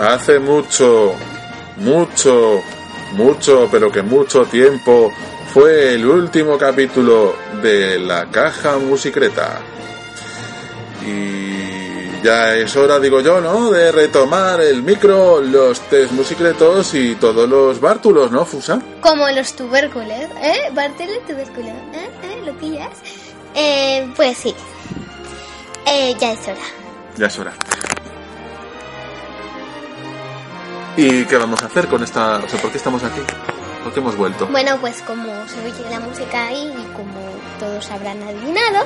hace mucho, mucho, mucho, pero que mucho tiempo fue el último capítulo de la caja musicreta. Y ya es hora, digo yo, ¿no? De retomar el micro, los test musicretos y todos los bártulos, ¿no, Fusa? Como los tubérculos, ¿eh? Bártulo, tubérculo, ¿eh? ¿Eh? ¿Lo pillas? Eh, pues sí. Eh, ya es hora. Ya es hora. ¿Y qué vamos a hacer con esta? O sea, ¿por qué estamos aquí? ¿Por qué hemos vuelto? Bueno, pues como se oye la música ahí y como todos habrán adivinado,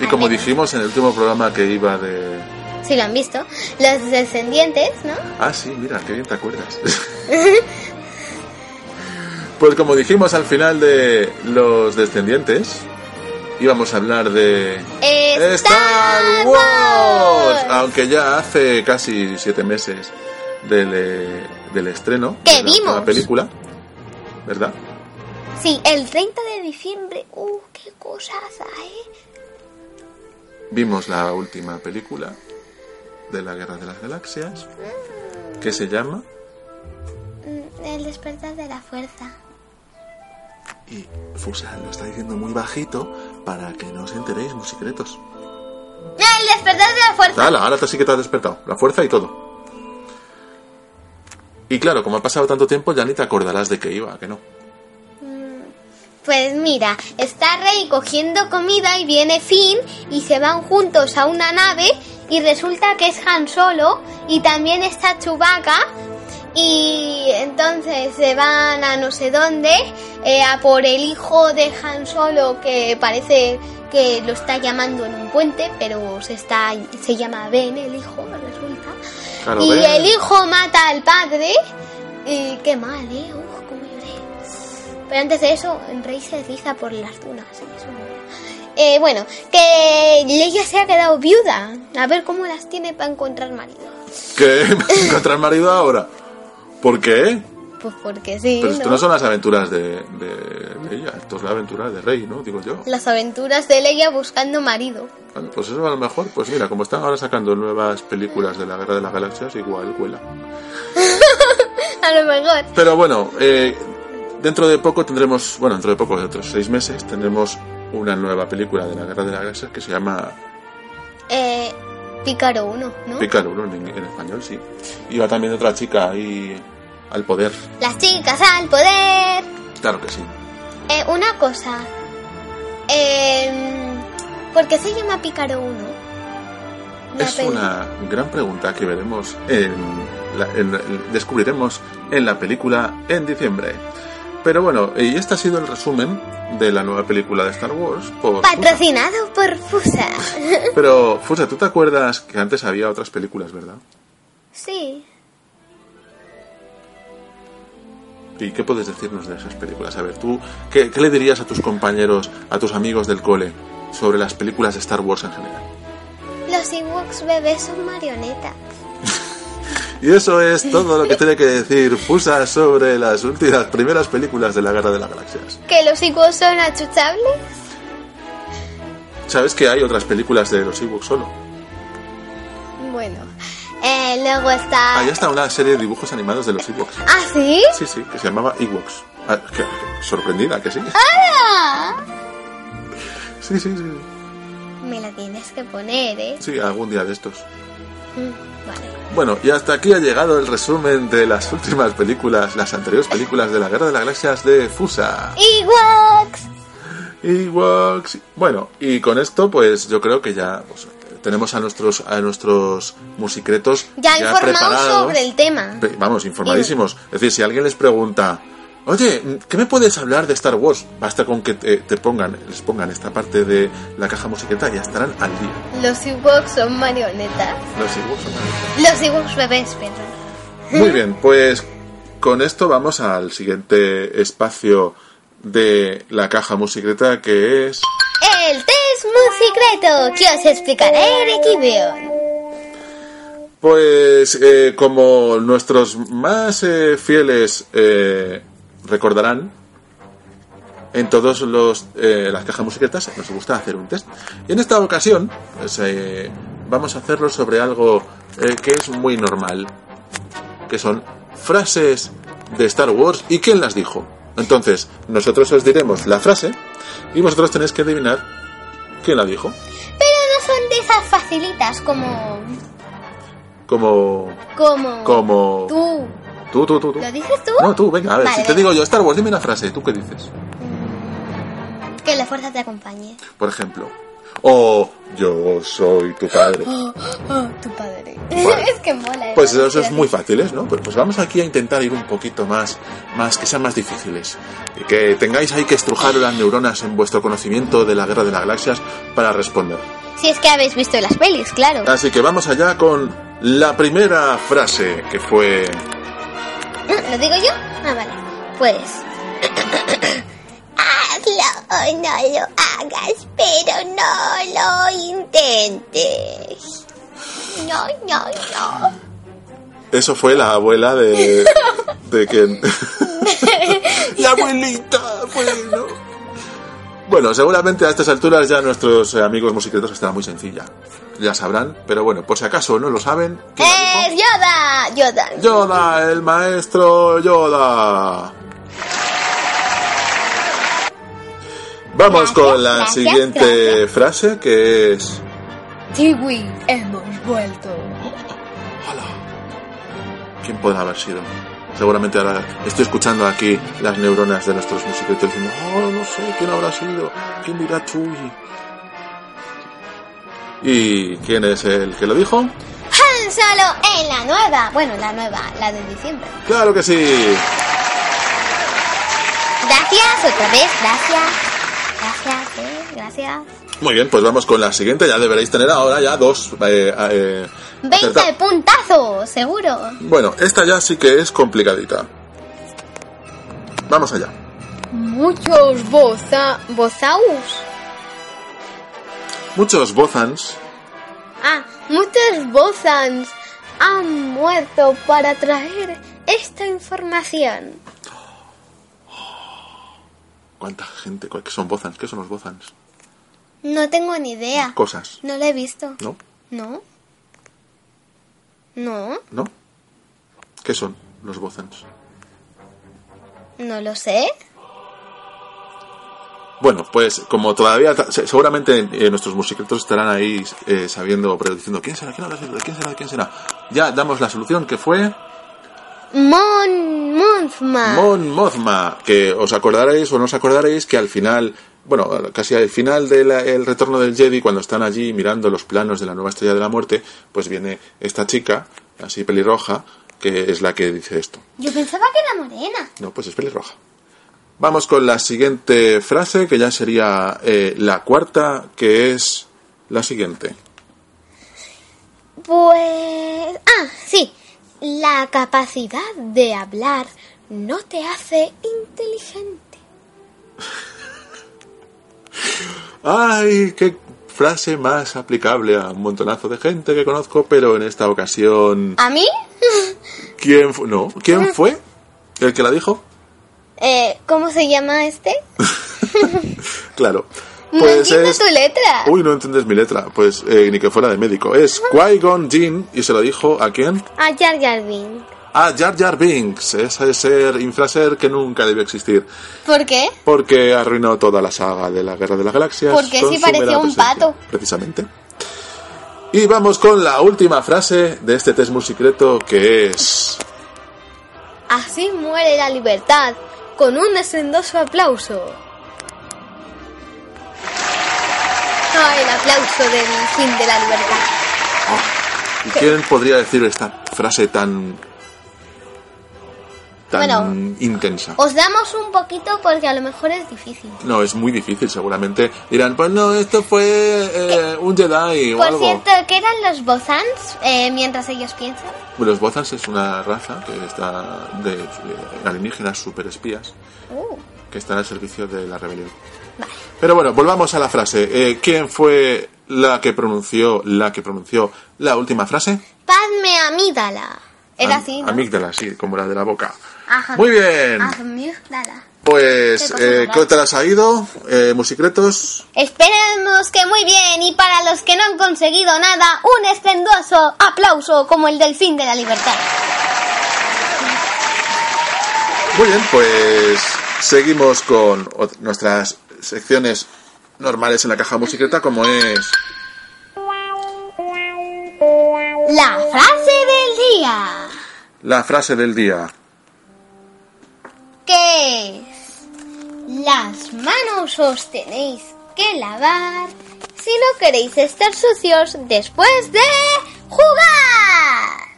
Y como a ver. dijimos en el último programa que iba de... si lo han visto, los descendientes, ¿no? Ah, sí, mira, qué bien te acuerdas. pues como dijimos al final de Los Descendientes, íbamos a hablar de... ¡Star Wars! Aunque ya hace casi siete meses del, eh, del estreno Que de la- de vimos. la película, ¿verdad? Sí, el 30 de diciembre. ¡Uh, qué cosaza, eh! Vimos la última película de la Guerra de las Galaxias, que se llama... Mm, El despertar de la fuerza. Y Fusa lo está diciendo muy bajito para que no os enteréis muy secretos. ¡El despertar de la fuerza! Ala, ahora te sí que te has despertado. La fuerza y todo. Y claro, como ha pasado tanto tiempo, ya ni te acordarás de qué iba, que no. Pues mira, está Rey cogiendo comida y viene Finn y se van juntos a una nave y resulta que es Han Solo y también está Chewbacca y entonces se van a no sé dónde eh, a por el hijo de Han Solo que parece que lo está llamando en un puente pero se está se llama Ben el hijo resulta Claro, y Ben. el hijo mata al padre y qué mal eh Uf, cómo lloré. Pero antes de eso, Rey se desliza por las dunas. eso no era. Eh, bueno, que Leia se ha quedado viuda. A ver cómo las tiene para encontrar marido. ¿Qué? ¿Encontrar marido ahora? ¿Por qué? Pues porque sí. Pero esto ¿no? no son las aventuras de, de, de ella, esto es la aventura de Rey, ¿no? Digo yo. Las aventuras de Leia buscando marido. Bueno, pues eso a lo mejor, pues mira, como están ahora sacando nuevas películas de la Guerra de las Galaxias, igual cuela. A lo mejor. Pero bueno, eh, dentro de poco tendremos, bueno, dentro de poco, de otros seis meses, tendremos una nueva película de la Guerra de las Galaxias que se llama Eh, Pícaro uno, ¿no? Pícaro uno en, en español, sí. Y va también otra chica ahí al poder, las chicas al poder. claro que sí. Eh, una cosa. Eh, ¿Por qué se llama Pícaro uno? La es peli. una gran pregunta que veremos en, la- en- en- descubriremos en la película en diciembre. Pero bueno, y este ha sido el resumen de la nueva película de Star Wars por Fusa. Patrocinado por Fusa. Pero Fusa, ¿tú te acuerdas que antes había otras películas, verdad? sí. ¿Y qué puedes decirnos de esas películas? A ver, tú, ¿qué, qué le dirías a tus compañeros, a tus amigos del cole, sobre las películas de Star Wars en general? Los Ewoks bebés son marionetas. Y eso es todo lo que tiene que decir Fusa sobre las últimas primeras películas de la Guerra de las Galaxias. ¿Que los Ewoks son achuchables? ¿Sabes que hay otras películas de los Ewoks solo? Bueno. Eh, luego está... Ahí está una serie de dibujos animados de los Ewoks. ¿Ah, sí? Sí, sí, que se llamaba Ewoks. Ah, que- que- sorprendida, que sí. Ah, Sí, sí, sí. Me la tienes que poner, ¿eh? Sí, algún día de estos. Mm, Vale. Bueno, y hasta aquí ha llegado el resumen de las últimas películas, las anteriores películas de la Guerra de las Galaxias de Fusa. Ewoks. Ewoks. Bueno, y con esto, pues yo creo que ya pues, tenemos a nuestros a nuestros musicretos Ya, informaos preparados. sobre el tema. Pe- Vamos, informadísimos. Es decir, si alguien les pregunta, oye, ¿qué me puedes hablar de Star Wars? Basta con que te, te pongan, les pongan esta parte de la caja musiqueta y ya estarán al día. Los Ewoks son marionetas. Los Ewoks son al día. Los Ewoks bebés, perdón. Muy bien, pues con esto vamos al siguiente espacio de la caja musicreta que es. El test musicreto que os explicaré en Equibion. Pues eh, como nuestros más eh, fieles eh, recordarán, en todos los eh, las cajas musiquetas nos gusta hacer un test. Y en esta ocasión pues, eh, vamos a hacerlo sobre algo eh, que es muy normal que son frases de Star Wars y quién las dijo. Entonces, nosotros os diremos la frase y vosotros tenéis que adivinar quién la dijo. Pero no son de esas facilitas como. Como. Como. Como. Tú. Tú, tú, tú, tú. ¿Lo dices tú? No, tú, venga, a ver. Vale, si te venga. digo yo, Star Wars, dime una frase, ¿tú qué dices? Mm. Que la fuerza te acompañe. Por ejemplo. O yo soy tu padre. oh, tu padre. Vale. es que mola. ¿eh? Pues eso es Gracias. muy fáciles, ¿no? Pues, pues vamos aquí a intentar ir un poquito más, más que sean más difíciles. Y que tengáis ahí que estrujar las neuronas en vuestro conocimiento de la guerra de las galaxias para responder. Si es que habéis visto las pelis, claro. Así que vamos allá con la primera frase que fue... ¿Lo digo yo? Ah, vale. Pues. Hazlo o no lo hagas, pero no lo intentes. No, no, no. Eso fue la abuela de... de quien... la abuelita, bueno. Bueno, seguramente a estas alturas ya nuestros eh, amigos musiquetos estará muy sencilla. Ya sabrán, pero bueno, por si acaso no lo saben... ¿quién la dijo? ¡Es Yoda! Yoda. Yoda, el maestro Yoda. Vamos Gracias, con la gracias, siguiente frase que es... Tiwi, hemos vuelto. Hola. ¿Quién podrá haber sido? Seguramente ahora estoy escuchando aquí las neuronas de nuestros músicos diciendo, oh, no sé, ¿quién habrá sido? ¿Quién dirá Chuy? ¿Y quién es el que lo dijo? Han Solo en la nueva. Bueno, la nueva, la de diciembre. ¡Claro que sí! Gracias, otra vez, gracias. Gracias, eh, gracias. Muy bien, pues vamos con la siguiente. Ya deberéis tener ahora ya dos. Eh, eh, 20 acertados. puntazos, seguro. Bueno, esta ya sí que es complicadita. Vamos allá. Muchos boza, bozaus. Muchos Bozans Ah, muchos bozans han muerto para traer esta información. ¿Cuánta gente? ¿Qué son Bozans? ¿Qué son los Bozans? No tengo ni idea. Cosas. No lo he visto. ¿No? No. No, ¿No? ¿Qué son los Bozans? no lo sé. Bueno, pues como todavía, ta- se- seguramente eh, nuestros musicretos estarán ahí eh, sabiendo, pero diciendo, ¿quién será? ¿Quién habrá sido? ¿Quién será? ¿Quién será? Ya damos la solución que fue... Mon Monthma. Mon Mothma, que os acordaréis o no os acordaréis que al final, bueno, casi al final del el retorno del Jedi, cuando están allí mirando los planos de la nueva estrella de la muerte, pues viene esta chica, así pelirroja, que es la que dice esto. Yo pensaba que era morena. No, pues es pelirroja. Vamos con la siguiente frase, que ya sería eh, la cuarta, que es la siguiente. Pues... Ah, sí. La capacidad de hablar no te hace inteligente. ¡Ay, qué frase más aplicable a un montonazo de gente que conozco, pero en esta ocasión... ¿A mí? ¿Quién fue? No, ¿quién Mm. fue el que la dijo? Eh, ¿Cómo se llama este? Claro. Pues no entiendo tu letra. Uy, no entiendes mi letra. Pues eh, ni que fuera de médico. Es Qui-Gon Jinn y se lo dijo a quién? A Jar Jar Binks. A Jar Jar Binks, ese ser infraser que nunca debió existir. ¿Por qué? Porque arruinó toda la saga de la Guerra de las Galaxias. Porque con sí su parecía mera un presencia, pato. Precisamente. Y vamos con la última frase de este test muy secreto que es... Así muere la libertad, con un estruendoso aplauso. Ah, el aplauso del fin de la libertad. ¿Y quién podría decir esta frase tan... tan intensa? Os damos un poquito porque a lo mejor es difícil. No, es muy difícil, seguramente. Dirán, pues no, esto fue eh, un Jedi o Por algo. cierto, ¿qué eran los bozans eh, mientras ellos piensan? Los Bozans es una raza que está de, de alienígenas superespías Uh, que están al servicio de la rebelión. vale. Pero bueno, volvamos a la frase. Eh, ¿Quién fue la que pronunció la que pronunció la última frase? Padme amígdala. Era Am- así, ¿no? Amígdala, sí, como la de la boca. Ajá. Ah, Muy bien. Amígdala. Pues, Qué cosa eh, más. ¿qué te las ha ido, eh, musicretos? Esperemos que muy bien y para los que no han conseguido nada, un estendoso aplauso como el del fin de la libertad. Muy bien, pues seguimos con nuestras secciones normales en la caja musiqueta, como es. La frase del día. La frase del día. Que es? Las manos os tenéis que lavar si no queréis estar sucios después de jugar.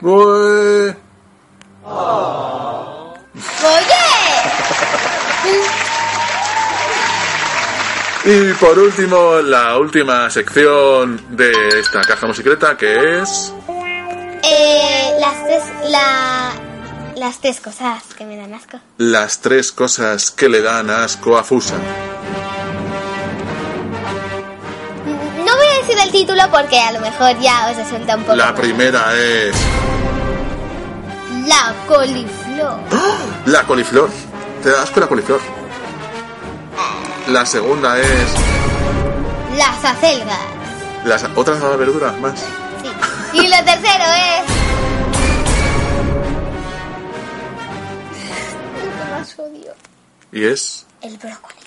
Ué. ¡Oye! Y por último, la última sección de esta caja musicleta que es. Eh, las tres, la- las tres cosas que me dan asco. Las tres cosas que le dan asco a Fusa. No voy a decir el título porque a lo mejor ya os resulta un poco. La mal. primera es. La coliflor. ¿Ah? La coliflor. Te da asco la coliflor. La segunda es. Las acelgas. Las otras verduras más. Sí. Y lo tercero es. El que más odio. Y es. El brócoli.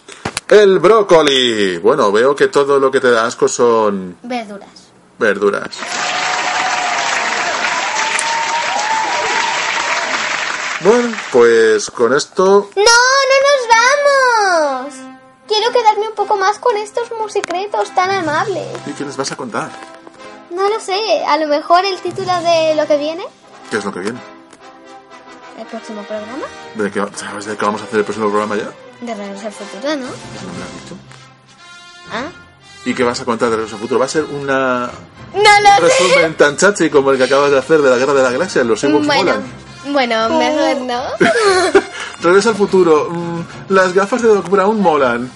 El brócoli. Bueno, veo que todo lo que te da asco son Verduras. verduras. Bueno, pues con esto ¡No, no nos vamos! Quiero quedarme un poco más con estos musicretos tan amables. ¿Y qué les vas a contar? No lo sé, a lo mejor el título de lo que viene, ¿Qué es lo que viene? el próximo programa, ¿De qué, ¿Sabes de qué vamos a hacer el próximo programa ya? de Regreso al Futuro, ¿no? Eso no me lo has dicho. ¿Ah? ¿Y qué vas a contar de Regreso al Futuro? ¿Va a ser una ¡No lo sé! resumen tan chachi como el que acabas de hacer de la Guerra de la Galaxia? Los Ewoks Bueno, molan. bueno, mejor no. Regreso al futuro. mm, las gafas de Doc Brown molan.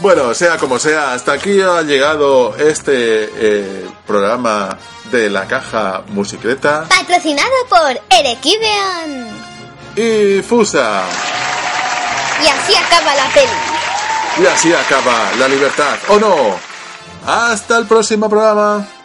Bueno, sea como sea, hasta aquí ha llegado este eh, programa de la caja musicleta Patrocinado por Erequibeon. y Fusa. Y así acaba la peli. Y así acaba la libertad, ¿o no? Hasta el próximo programa.